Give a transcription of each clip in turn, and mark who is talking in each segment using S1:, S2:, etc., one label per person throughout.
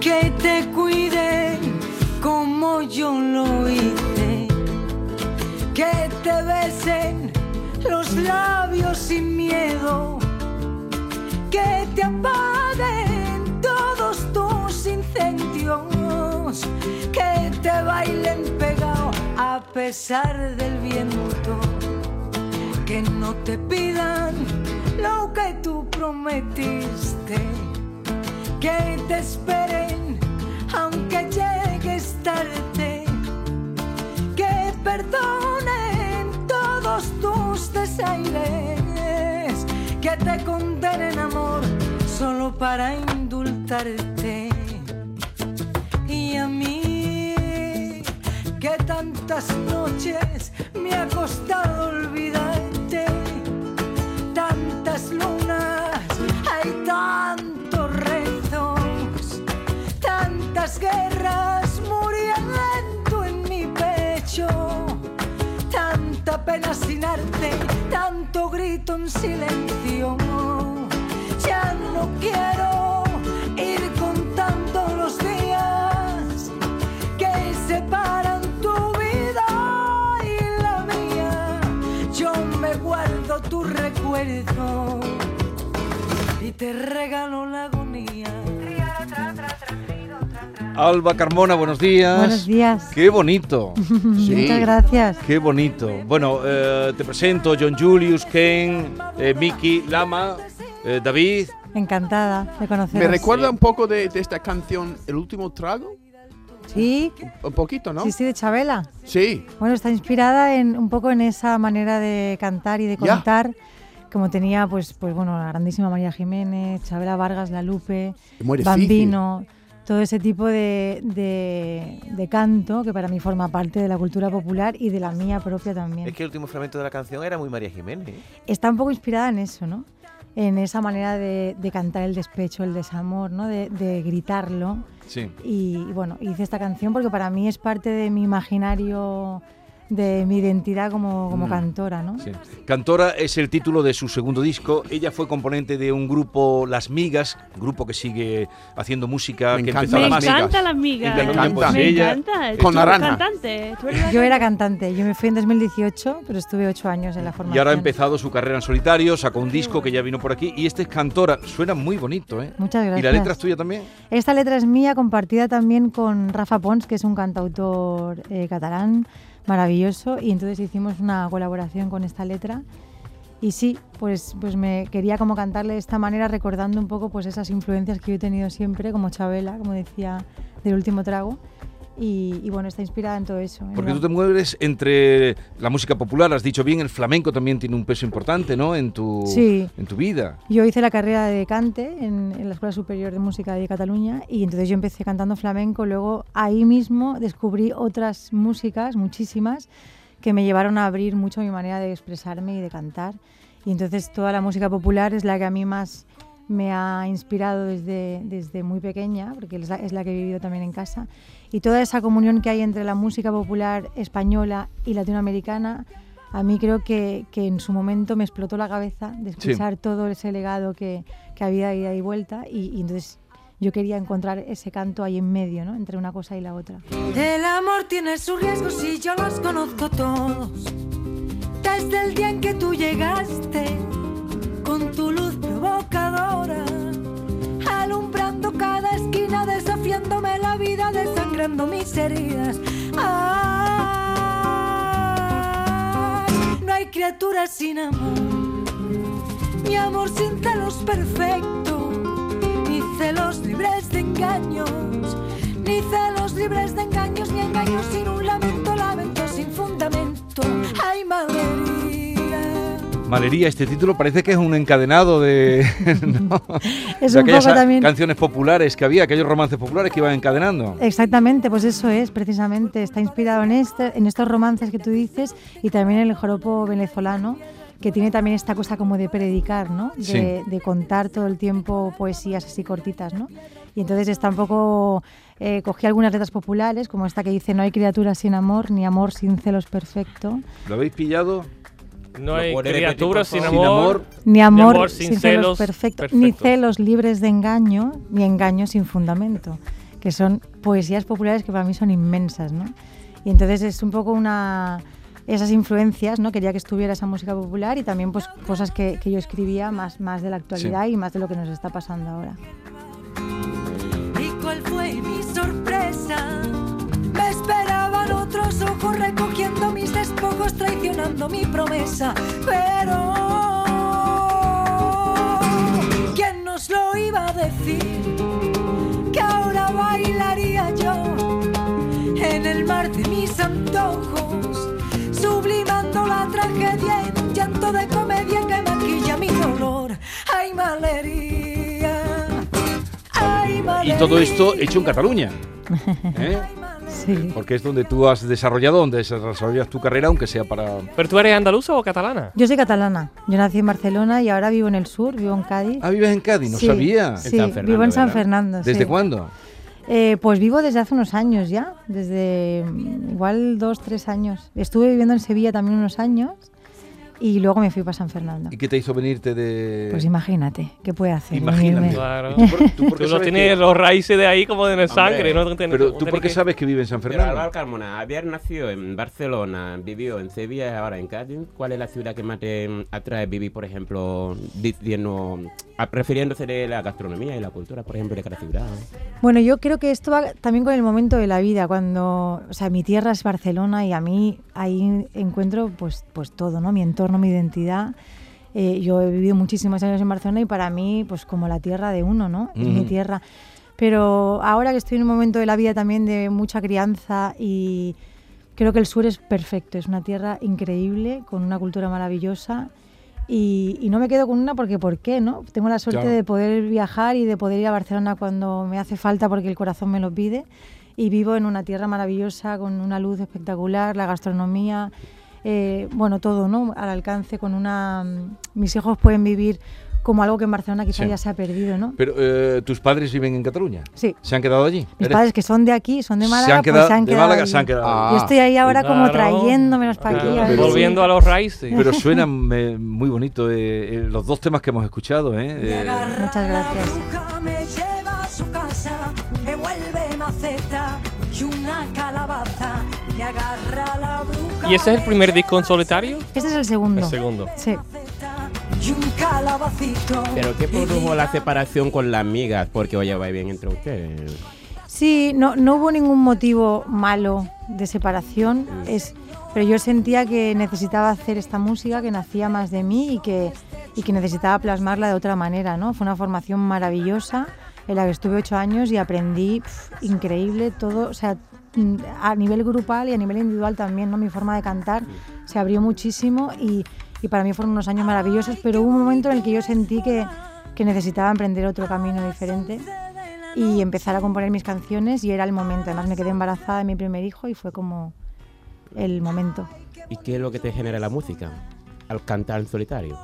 S1: Que te cuide como yo lo hice. Que te besen los labios sin miedo. Que te apaguen todos tus incendios. Que te bailen pegado a pesar del viento. Que no te pidan lo que tú prometiste. Que te esperen aunque llegues tarde. Que perdonen todos tus desaires. Que te condenen amor solo para indultarte. Y a mí que tantas noches me ha costado olvidarte. Tantas lunas, hay tantos rezos, tantas guerras muriendo en mi pecho. Tanta pena sin arte, tanto grito en silencio. Ya no quiero ir contando los días que separan tu vida y la mía. Yo me guardo tu recuerdo y te regalo la agonía.
S2: Alba Carmona, buenos días.
S3: Buenos días.
S2: Qué bonito.
S3: Muchas gracias.
S2: Qué bonito. Bueno, eh, te presento John Julius, Ken, eh, Miki, Lama, eh, David.
S3: Encantada de
S4: Me
S3: conoceros.
S4: recuerda un poco de, de esta canción El último trago,
S3: Sí,
S4: un poquito, ¿no?
S3: sí, sí, de Chabela.
S4: Sí.
S3: Bueno, está inspirada en, un poco en esa manera de cantar y de
S4: Ya.
S3: contar, como tenía, pues, pues bueno, la grandísima María Jiménez, Chabela Vargas, La Lupe,
S4: Muere
S3: Bambino, todo ese tipo de, de- de canto que para mí forma parte de la cultura popular y de la mía propia también.
S5: Es que el último fragmento de la canción era muy María Jiménez. ¿eh?
S3: Está un poco inspirada en eso, ¿no? En esa manera de, de cantar el despecho, el desamor, ¿no? De- de gritarlo.
S2: Sí.
S3: Y bueno, hice esta canción porque para mí es parte de mi imaginario, de mi identidad como, como
S2: Mm.
S3: cantora, ¿no?
S2: Sí. Cantora es el título de su segundo disco. Ella fue componente de un grupo Las Migas, grupo que sigue haciendo música,
S4: Me
S2: que empezó
S4: encanta.
S6: Me
S2: a las
S6: encanta
S2: migas.
S6: las migas.
S2: Me
S4: encanta.
S6: Me
S2: Ella-
S6: encanta.
S4: Con
S6: Tú,
S4: naranja.
S6: cantante. Tú eres la
S3: Yo
S6: can-
S3: era cantante, yo me fui en 2018, pero estuve ocho años en la formación.
S2: Y ahora ha empezado su carrera en solitario, sacó un disco que ya vino por aquí. Y este es Cantora, suena muy bonito, ¿eh?
S3: Muchas gracias.
S2: ¿Y la letra es tuya también?
S3: Esta letra es mía, compartida también con Rafa Pons, que es un cantautor eh, catalán maravilloso, y entonces hicimos una colaboración con esta letra. Y sí, pues, pues me quería como cantarle de esta manera, recordando un poco pues esas influencias que yo he tenido siempre, como Chabela, como decía, del último trago. Y, y bueno, está inspirada en todo eso. en
S2: Porque
S3: la-
S2: tú te mueves entre la música popular, has dicho bien, el flamenco también tiene un peso importante, ¿no? En tu,
S3: Sí.
S2: en tu vida.
S3: Yo hice la carrera de cante en, en la Escuela Superior de Música de Cataluña y entonces yo empecé cantando flamenco, luego ahí mismo descubrí otras músicas, muchísimas, que me llevaron a abrir mucho mi manera de expresarme y de cantar. Y entonces toda la música popular es la que a mí más me ha inspirado desde, desde muy pequeña, porque es la, es la que he vivido también en casa. Y toda esa comunión que hay entre la música popular española y latinoamericana, a mí creo que, que en su momento me explotó la cabeza de escuchar todo ese legado que, que había de ida y vuelta. Y, y entonces yo quería encontrar ese canto ahí en medio, ¿no? entre una cosa y la otra.
S1: El amor tiene sus riesgos y yo los conozco todos. Desde el día en que tú llegaste, con tu luz provocadora, alumbrando cada esquina, desafiándome la vida, desangrando mis heridas. Ay, no hay criatura sin amor, mi amor sin celos perfecto, ni celos libres de engaños. Ni celos libres de engaños, ni engaños sin un lamento, lamento sin fundamento. Ay, malería.
S2: Malería, este título parece que es un encadenado de, ¿no?
S3: Es
S2: de
S3: un
S2: aquellas
S3: poco
S2: a-
S3: también...
S2: canciones populares que había, aquellos romances populares que iban encadenando.
S3: Exactamente, pues eso es, precisamente. Está inspirado en, este, en estos romances que tú dices y también en el joropo venezolano, que tiene también esta cosa como de predicar, ¿no? De,
S2: Sí.
S3: de contar todo el tiempo poesías así cortitas, ¿no? Y entonces está un poco... eh, cogí algunas letras populares, como esta que dice, no hay criatura sin amor, ni amor sin celos perfecto,
S2: ¿Lo habéis pillado?
S5: ¿Lo
S6: No hay
S5: puedes repetir,
S6: criaturas
S5: por
S6: sin
S2: favor?
S6: amor.
S2: Sin amor.
S3: ni amor,
S6: amor
S3: sin,
S6: sin
S3: celos,
S6: celos
S3: perfecto, ni
S6: perfectos.
S3: celos libres de engaño, ni engaño sin fundamento, que son poesías populares que para mí son inmensas, ¿no? Y entonces es un poco una esas influencias, ¿no? Quería que estuviera esa música popular y también pues cosas que, que yo escribía más, más de la actualidad y más de lo que nos está pasando ahora.
S1: ¿Y cuál fue mi sorpresa? Me esperaban otros ojos recogiendo mis despojos, traicionando mi promesa. Pero, ¿quién nos lo iba a decir? Que ahora bailaría yo en el mar de mis antojos, sublimando la tragedia en un llanto de comedia que maquilla mi dolor. ¡Ay, malería! ¡Ay,
S2: Y
S1: malería!
S2: todo esto hecho en Cataluña. ¿eh?
S3: Sí.
S2: Porque es donde tú has desarrollado, donde desarrollas tu carrera, aunque sea para...
S6: ¿Pero tú eres andaluza o catalana?
S3: Yo soy catalana. Yo nací en Barcelona y ahora vivo en el sur, vivo en Cádiz.
S2: Ah, vives en Cádiz, no
S3: Sí,
S2: sabía.
S3: Sí,
S5: En San Fernando,
S3: vivo en San
S5: ¿verdad?
S3: Fernando.
S2: ¿Desde
S3: sí.
S2: cuándo?
S3: Eh, pues vivo desde hace unos años ya, desde mm, igual dos, tres años. Estuve viviendo en Sevilla también unos años y luego me fui para San Fernando.
S2: ¿Y qué te hizo venirte de...?
S3: Pues imagínate, ¿qué puede hacer?
S2: Imagínate.
S3: Venirme.
S6: Claro.
S2: ¿Y tú por- tú por qué
S6: Tú no
S2: sabes
S6: tienes
S2: que-
S6: los raíces de ahí como de la sangre.
S5: Hombre,
S6: no tienes-
S2: Pero
S6: no
S2: tú por
S6: tienes
S2: qué
S6: que-
S2: sabes que vive en San
S7: Pero
S2: Fernando.
S7: Álvaro Carmona, habías nacido en Barcelona, vivió en Sevilla y ahora en Cádiz. ¿Cuál es la ciudad que más te mm, atrae vivir, por ejemplo, diciendo, a- refiriéndose de la gastronomía y la cultura, por ejemplo, de cada ciudad?
S3: Bueno, yo creo que esto va también con el momento de la vida, cuando, o sea, mi tierra es Barcelona y a mí ahí encuentro pues, pues todo, ¿no? Mi entorno, mi identidad. Eh, yo he vivido muchísimos años en Barcelona y para mí, pues como la tierra de uno, ¿no? Es mi
S2: Ujú.
S3: tierra. Pero ahora que estoy en un momento de la vida también de mucha crianza y creo que el sur es perfecto, es una tierra increíble, con una cultura maravillosa. Y, y no me quedo con una porque ¿por qué? no? Tengo la suerte
S2: Claro.
S3: de poder viajar y de poder ir a Barcelona cuando me hace falta porque el corazón me lo pide. Y vivo en una tierra maravillosa, con una luz espectacular, la gastronomía, eh, bueno, todo, ¿no? Al alcance, con una... mm, Mis hijos pueden vivir como algo que en Barcelona quizás
S2: Sí.
S3: ya se ha perdido, ¿no?
S2: Pero eh, tus padres viven en Cataluña.
S3: Sí.
S2: ¿Se han quedado allí?
S3: Mis
S2: Eres-
S3: padres que son de aquí, son de Málaga,
S2: se han
S3: pues
S2: quedado,
S3: se han
S2: de
S3: quedado Ah.
S2: Málaga
S3: allí.
S2: se han quedado allí.
S3: Yo estoy ahí ahora como
S6: Ah, Claro.
S3: trayéndomelos para aquí.
S6: Claro,
S3: a ver si-
S6: Volviendo a los raíces.
S2: Pero suenan eh, muy bonito eh, eh, los dos temas que hemos escuchado. ¿eh?
S1: Me
S2: Eh,
S1: agarra
S3: Muchas gracias.
S1: La bruja me lleva a su casa, me vuelve maceta y una calabaza. Me agarra la bruja.
S6: ¿Y ese es el
S1: me
S6: primer
S1: lleva
S6: disco en
S1: a su
S6: solitario?
S3: Este es el segundo.
S6: El segundo.
S3: Sí.
S1: maceta Y un calabacito.
S7: ¿Pero qué produjo
S1: Y
S7: la separación con las amigas? Porque oye, va bien entre ustedes.
S3: Sí, no, no hubo ningún motivo malo de separación, es, pero yo sentía que necesitaba hacer esta música que nacía más de mí y que, y que necesitaba plasmarla de otra manera, ¿no? Fue una formación maravillosa en la que estuve ocho años y aprendí pf, increíble todo, o sea, mm, a nivel grupal y a nivel individual también, ¿no? Mi forma de cantar se abrió muchísimo y, y para mí fueron unos años maravillosos, pero hubo un momento en el que yo sentí que, que necesitaba emprender otro camino diferente y empezar a componer mis canciones y era el momento. Además me quedé embarazada de mi primer hijo y fue como el momento.
S7: ¿Y qué es lo que te genera la música al cantar en solitario?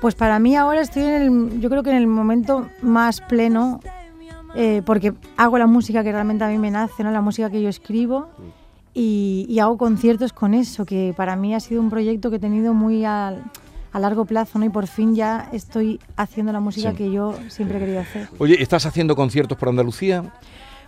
S3: Pues para mí ahora estoy en el, yo creo que en el momento más pleno eh, porque hago la música que realmente a mí me nace, ¿no? la música que yo escribo y, y hago conciertos con eso, que para mí ha sido un proyecto que he tenido muy al- a, largo plazo ¿no? y por fin ya estoy haciendo la música
S2: Sí.
S3: que yo siempre he querido hacer.
S2: Oye, ¿estás haciendo conciertos por Andalucía?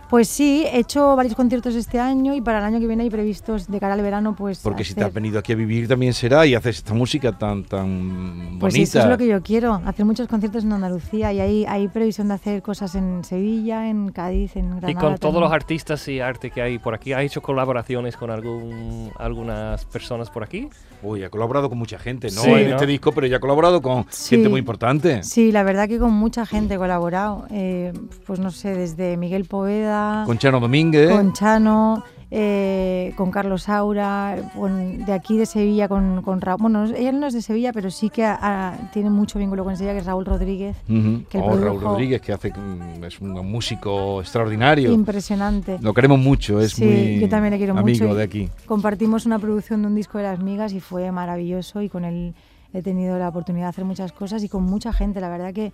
S3: Pues sí, he hecho varios conciertos este año y para el año que viene hay previstos de cara al verano, pues.
S2: Porque si te
S3: hacer-
S2: has venido aquí a vivir también será y haces esta música tan, tan
S3: Pues
S2: bonita.
S3: eso es lo que yo quiero, hacer muchos conciertos en Andalucía y hay, hay previsión de hacer cosas en Sevilla, en Cádiz, en Granada.
S6: Y con todos
S3: también.
S6: los artistas y arte que hay por aquí, ¿has hecho colaboraciones con algún, algunas personas por aquí?
S2: Uy, ha colaborado con mucha gente, no
S6: Sí,
S2: en
S6: ¿no?
S2: este disco, pero ya ha colaborado con
S3: Sí.
S2: gente muy importante.
S3: Sí, la verdad que con mucha gente he colaborado. eh, pues no sé, desde Miguel Poveda,
S2: Con Chano Domínguez.
S3: con Chano, eh, con Carlos Aura, con- de aquí de Sevilla, con, con Raúl. Bueno, no- él no es de Sevilla, pero sí que ah, tiene mucho vínculo con Sevilla, que es Raúl Rodríguez.
S2: Ujú.
S3: que el
S2: Oh, Raúl
S3: produjo-
S2: Rodríguez, que hace, mm, es un músico extraordinario.
S3: Impresionante.
S2: Lo queremos mucho, es
S3: Sí,
S2: muy
S3: yo también le quiero mucho
S2: amigo
S3: y-
S2: de aquí.
S3: Compartimos una producción de un disco de las migas y fue maravilloso y con él he tenido la oportunidad de hacer muchas cosas y con mucha gente. La verdad que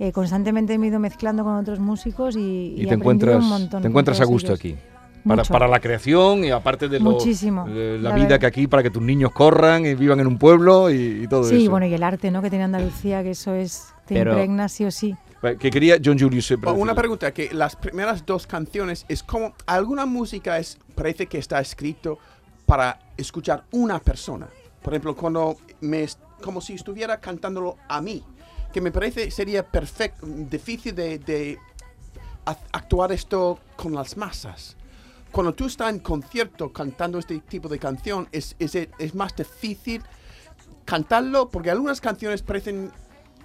S3: eh, constantemente me he ido mezclando con otros músicos y, y
S2: Y,
S3: he
S2: te
S3: aprendido
S2: encuentras,
S3: un montón
S2: te encuentras a
S3: con todos
S2: gusto
S3: ellos.
S2: aquí. Para,
S3: Mucho.
S2: para la creación y aparte de lo-
S3: Muchísimo,
S2: eh, la,
S3: la
S2: vida
S3: verdad.
S2: que aquí, para que tus niños corran y vivan en un pueblo y, y todo
S3: Sí,
S2: eso.
S3: bueno, y el arte, ¿no? Que tiene Andalucía, que eso es, te
S7: Pero-
S3: impregna sí o sí.
S2: Eh, Que quería John Julius. siempre
S4: Oh, Una
S2: decirlo.
S4: pregunta, que las primeras dos canciones es como, alguna música es, parece que está escrito para escuchar una persona. Por ejemplo, cuando me, es- como si estuviera cantándolo a mí, que me parece sería perfecto, difícil de, de a- actuar esto con las masas. Cuando tú estás en concierto cantando este tipo de canción, es, es, es más difícil cantarlo porque algunas canciones parecen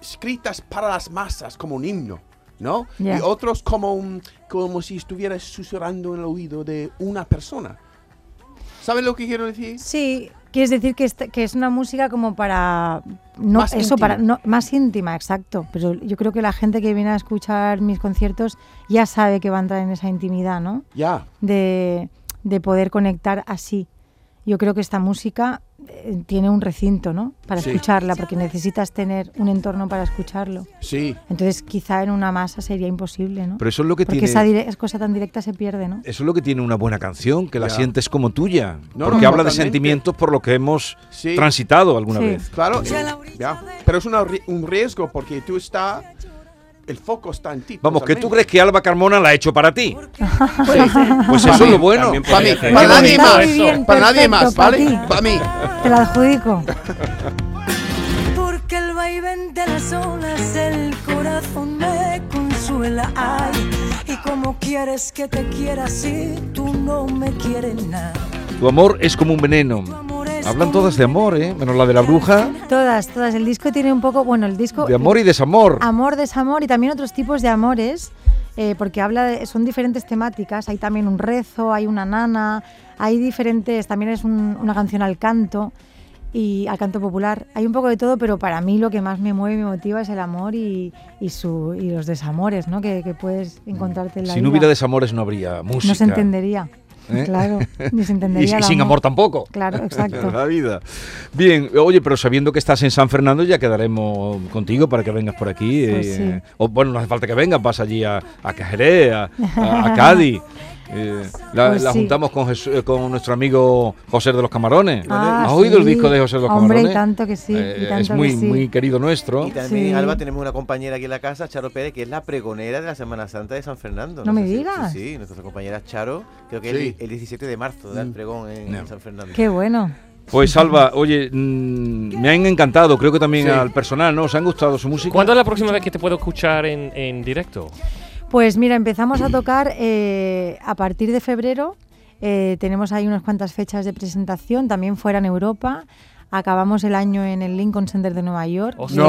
S4: escritas para las masas, como un himno, ¿no?
S3: Ya.
S4: Y otros como, un- como si estuvieras susurrando en el oído de una persona. ¿Sabes lo que quiero decir?
S3: Sí, quieres decir que, esta- que es una música como para no
S4: Más
S3: eso
S4: íntima.
S3: para no, más íntima, exacto. Pero yo creo que la gente que viene a escuchar mis conciertos ya sabe que va a entrar en esa intimidad, ¿no?
S4: Ya.
S3: de, de poder conectar así. Yo creo que esta música eh, tiene un recinto, ¿no? Para
S4: Sí.
S3: escucharla, porque necesitas tener un entorno para escucharlo.
S4: Sí.
S3: Entonces, quizá en una masa sería imposible, ¿no?
S2: Pero eso es lo que
S3: porque
S2: tiene.
S3: esa dire- esa cosa tan directa se pierde,
S4: Eh,
S3: ¿no?
S2: Eso es lo que tiene una buena canción, que la
S4: Ya.
S2: sientes como tuya.
S4: No,
S2: porque
S4: no,
S2: habla de
S4: totalmente.
S2: sentimientos por los que hemos
S4: Sí.
S2: transitado alguna
S3: Sí.
S2: vez.
S4: Claro,
S1: Sí, a la
S4: eh,
S1: orilla
S4: ya.
S1: de-
S4: pero es una ri- un riesgo porque tú estás, el foco está en ti.
S7: Pues
S2: Vamos, que tú
S4: totalmente.
S2: crees que Alba Carmona la ha hecho para ti. Pues
S4: Para
S2: eso es
S4: mí,
S2: lo bueno.
S7: también
S4: Para mí,
S7: Podría ser.
S4: para
S7: Está
S4: nadie
S7: muy
S4: más,
S3: bien,
S4: para nadie
S3: perfecto,
S4: más,
S3: para
S4: ¿vale?
S3: ti. Ah,
S4: Para mí.
S3: Te la adjudico.
S1: Porque el vaivén de las olas el corazón me consuela. Ay, y como quieres que te quiera si tú no me quieres nada.
S2: Tu amor es como un veneno.
S1: Tu amor es
S2: Hablan
S1: como
S2: todas de amor, ¿eh? Menos la de la bruja.
S3: Todas, todas. El disco tiene un poco, bueno, el disco...
S2: De amor y desamor.
S3: amor, desamor y también otros tipos de amores, eh, porque habla de, son diferentes temáticas. Hay también un rezo, hay una nana, hay diferentes. También es un- una canción al canto y al canto popular. Hay un poco de todo, pero para mí lo que más me mueve y me motiva es el amor y, y su, y los desamores, ¿no? Que, que puedes encontrarte en la
S2: Mm. Si
S3: vida.
S2: no hubiera desamores no habría música.
S3: no se entendería,
S2: ¿Eh?
S3: claro, ni se
S2: Y,
S3: entendería.
S2: y
S3: el
S2: sin amor tampoco.
S3: Claro, exacto.
S2: La vida. Bien, oye, pero sabiendo que estás en San Fernando, ya quedaremos contigo para que vengas por aquí.
S3: Pues
S2: eh,
S3: sí.
S2: O bueno, no hace falta que vengas, vas allí a, a Cajeré, a, a- a Cádiz. Eh, la
S3: Pues
S2: la
S3: sí.
S2: juntamos con, Jesús- eh, con nuestro amigo José de los Camarones.
S3: Ah,
S2: ¿Has oído el
S3: sí.
S2: disco de José de los
S3: Hombre, y
S2: Camarones?
S3: tanto que sí, y
S2: Eh, es
S3: tanto que
S2: muy,
S3: sí.
S2: muy querido nuestro.
S5: Y también,
S3: Sí.
S5: Alba, tenemos una compañera aquí en la casa, Charo Pérez, que es la pregonera de la Semana Santa de San Fernando.
S3: No me
S5: sé si-
S3: digas.
S5: Sí, sí, nuestra compañera Charo, creo que
S4: Sí.
S5: es el 17 de marzo, da el
S3: Mm.
S5: pregón en
S2: No.
S5: San Fernando.
S3: Qué bueno.
S2: Pues Alba, oye, mm, me han encantado, creo que también
S4: Sí.
S2: al personal, ¿no? ¿Os han gustado su música?
S6: ¿Cuándo es la próxima vez que te puedo escuchar en, en directo?
S3: Pues mira, empezamos a tocar eh, a partir de febrero. Eh, tenemos ahí unas cuantas fechas de presentación, también fuera en Europa. Acabamos el año en el Lincoln Center de Nueva York.
S6: O
S3: que
S6: sea,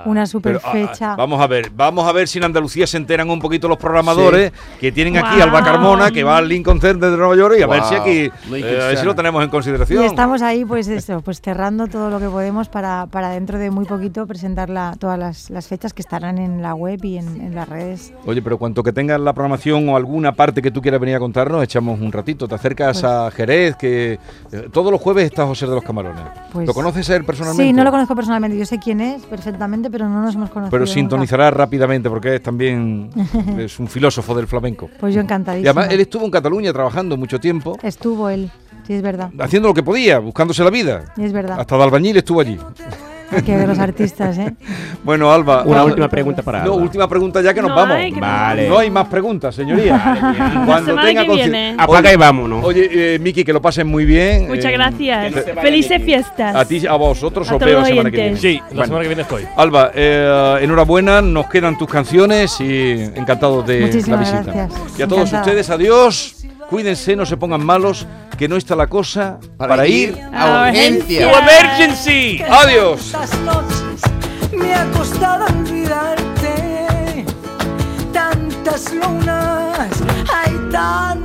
S3: es
S2: No.
S3: Una super
S2: Pero, ah,
S3: fecha.
S2: ah, vamos a ver, vamos a ver si en Andalucía se enteran un poquito los programadores que tienen aquí a Alba Carmona, que va al Lincoln Center de Nueva York y a ver si
S4: Wow.
S2: aquí
S4: Lincoln
S2: eh, a ver si
S4: Center.
S2: lo tenemos en
S3: y
S2: consideración.
S3: estamos ahí, pues eso, pues cerrando todo lo que podemos para, para dentro de muy poquito presentar la- todas las, las fechas que estarán en la web y en, en las redes.
S2: Oye, pero cuanto que tengas la programación o alguna parte que tú quieras venir a contarnos, echamos un ratito. Te acercas
S3: Pues-
S2: a Jerez, que eh, todos los jueves está José de los Camarones.
S3: Pues-
S2: ¿Lo conoces a él personalmente?
S3: Sí, no lo conozco personalmente, yo sé quién es perfectamente, pero no nos hemos conocido.
S2: Pero
S3: nunca.
S2: sintonizará rápidamente porque es también es un filósofo del flamenco.
S3: Pues yo
S2: Y
S3: encantadísima.
S2: además él estuvo en Cataluña trabajando mucho tiempo,
S3: Estuvo él, sí, es verdad.
S2: haciendo lo que podía, buscándose la vida.
S3: Es verdad.
S2: Hasta de albañil estuvo allí.
S3: Hay que ver los artistas, ¿eh?
S2: Bueno, Alba.
S7: Una
S2: Alba-
S7: última pregunta para
S2: No,
S7: Alba.
S2: última pregunta ya que nos
S8: No
S2: vamos.
S8: hay, que no-
S7: Vale.
S2: No hay más preguntas, señoría.
S8: semana que
S2: conci-
S8: viene.
S7: Apaga y vámonos.
S2: Oye, eh, Miki, que lo pasen muy bien.
S8: Muchas
S2: Eh,
S8: gracias.
S7: que no se vaya
S8: Felices
S7: Miki.
S8: fiestas.
S2: A ti, a vosotros,
S8: A
S2: os
S8: todos
S2: veo la
S8: los
S2: semana que viene.
S8: oyentes.
S6: Sí, la
S2: Bueno.
S6: semana que viene estoy.
S2: Alba, eh, enhorabuena, nos quedan tus canciones y encantado de
S3: Muchísimas
S2: la visita.
S3: gracias.
S2: Y a todos
S3: Encantada.
S2: ustedes, adiós, cuídense, no se pongan malos, que no está la cosa para, ir.
S8: A urgencias.
S6: ¡To emergency!
S2: Adiós.
S1: Estas noches me ha costado olvidarte. Tantas lunas, hay tantas.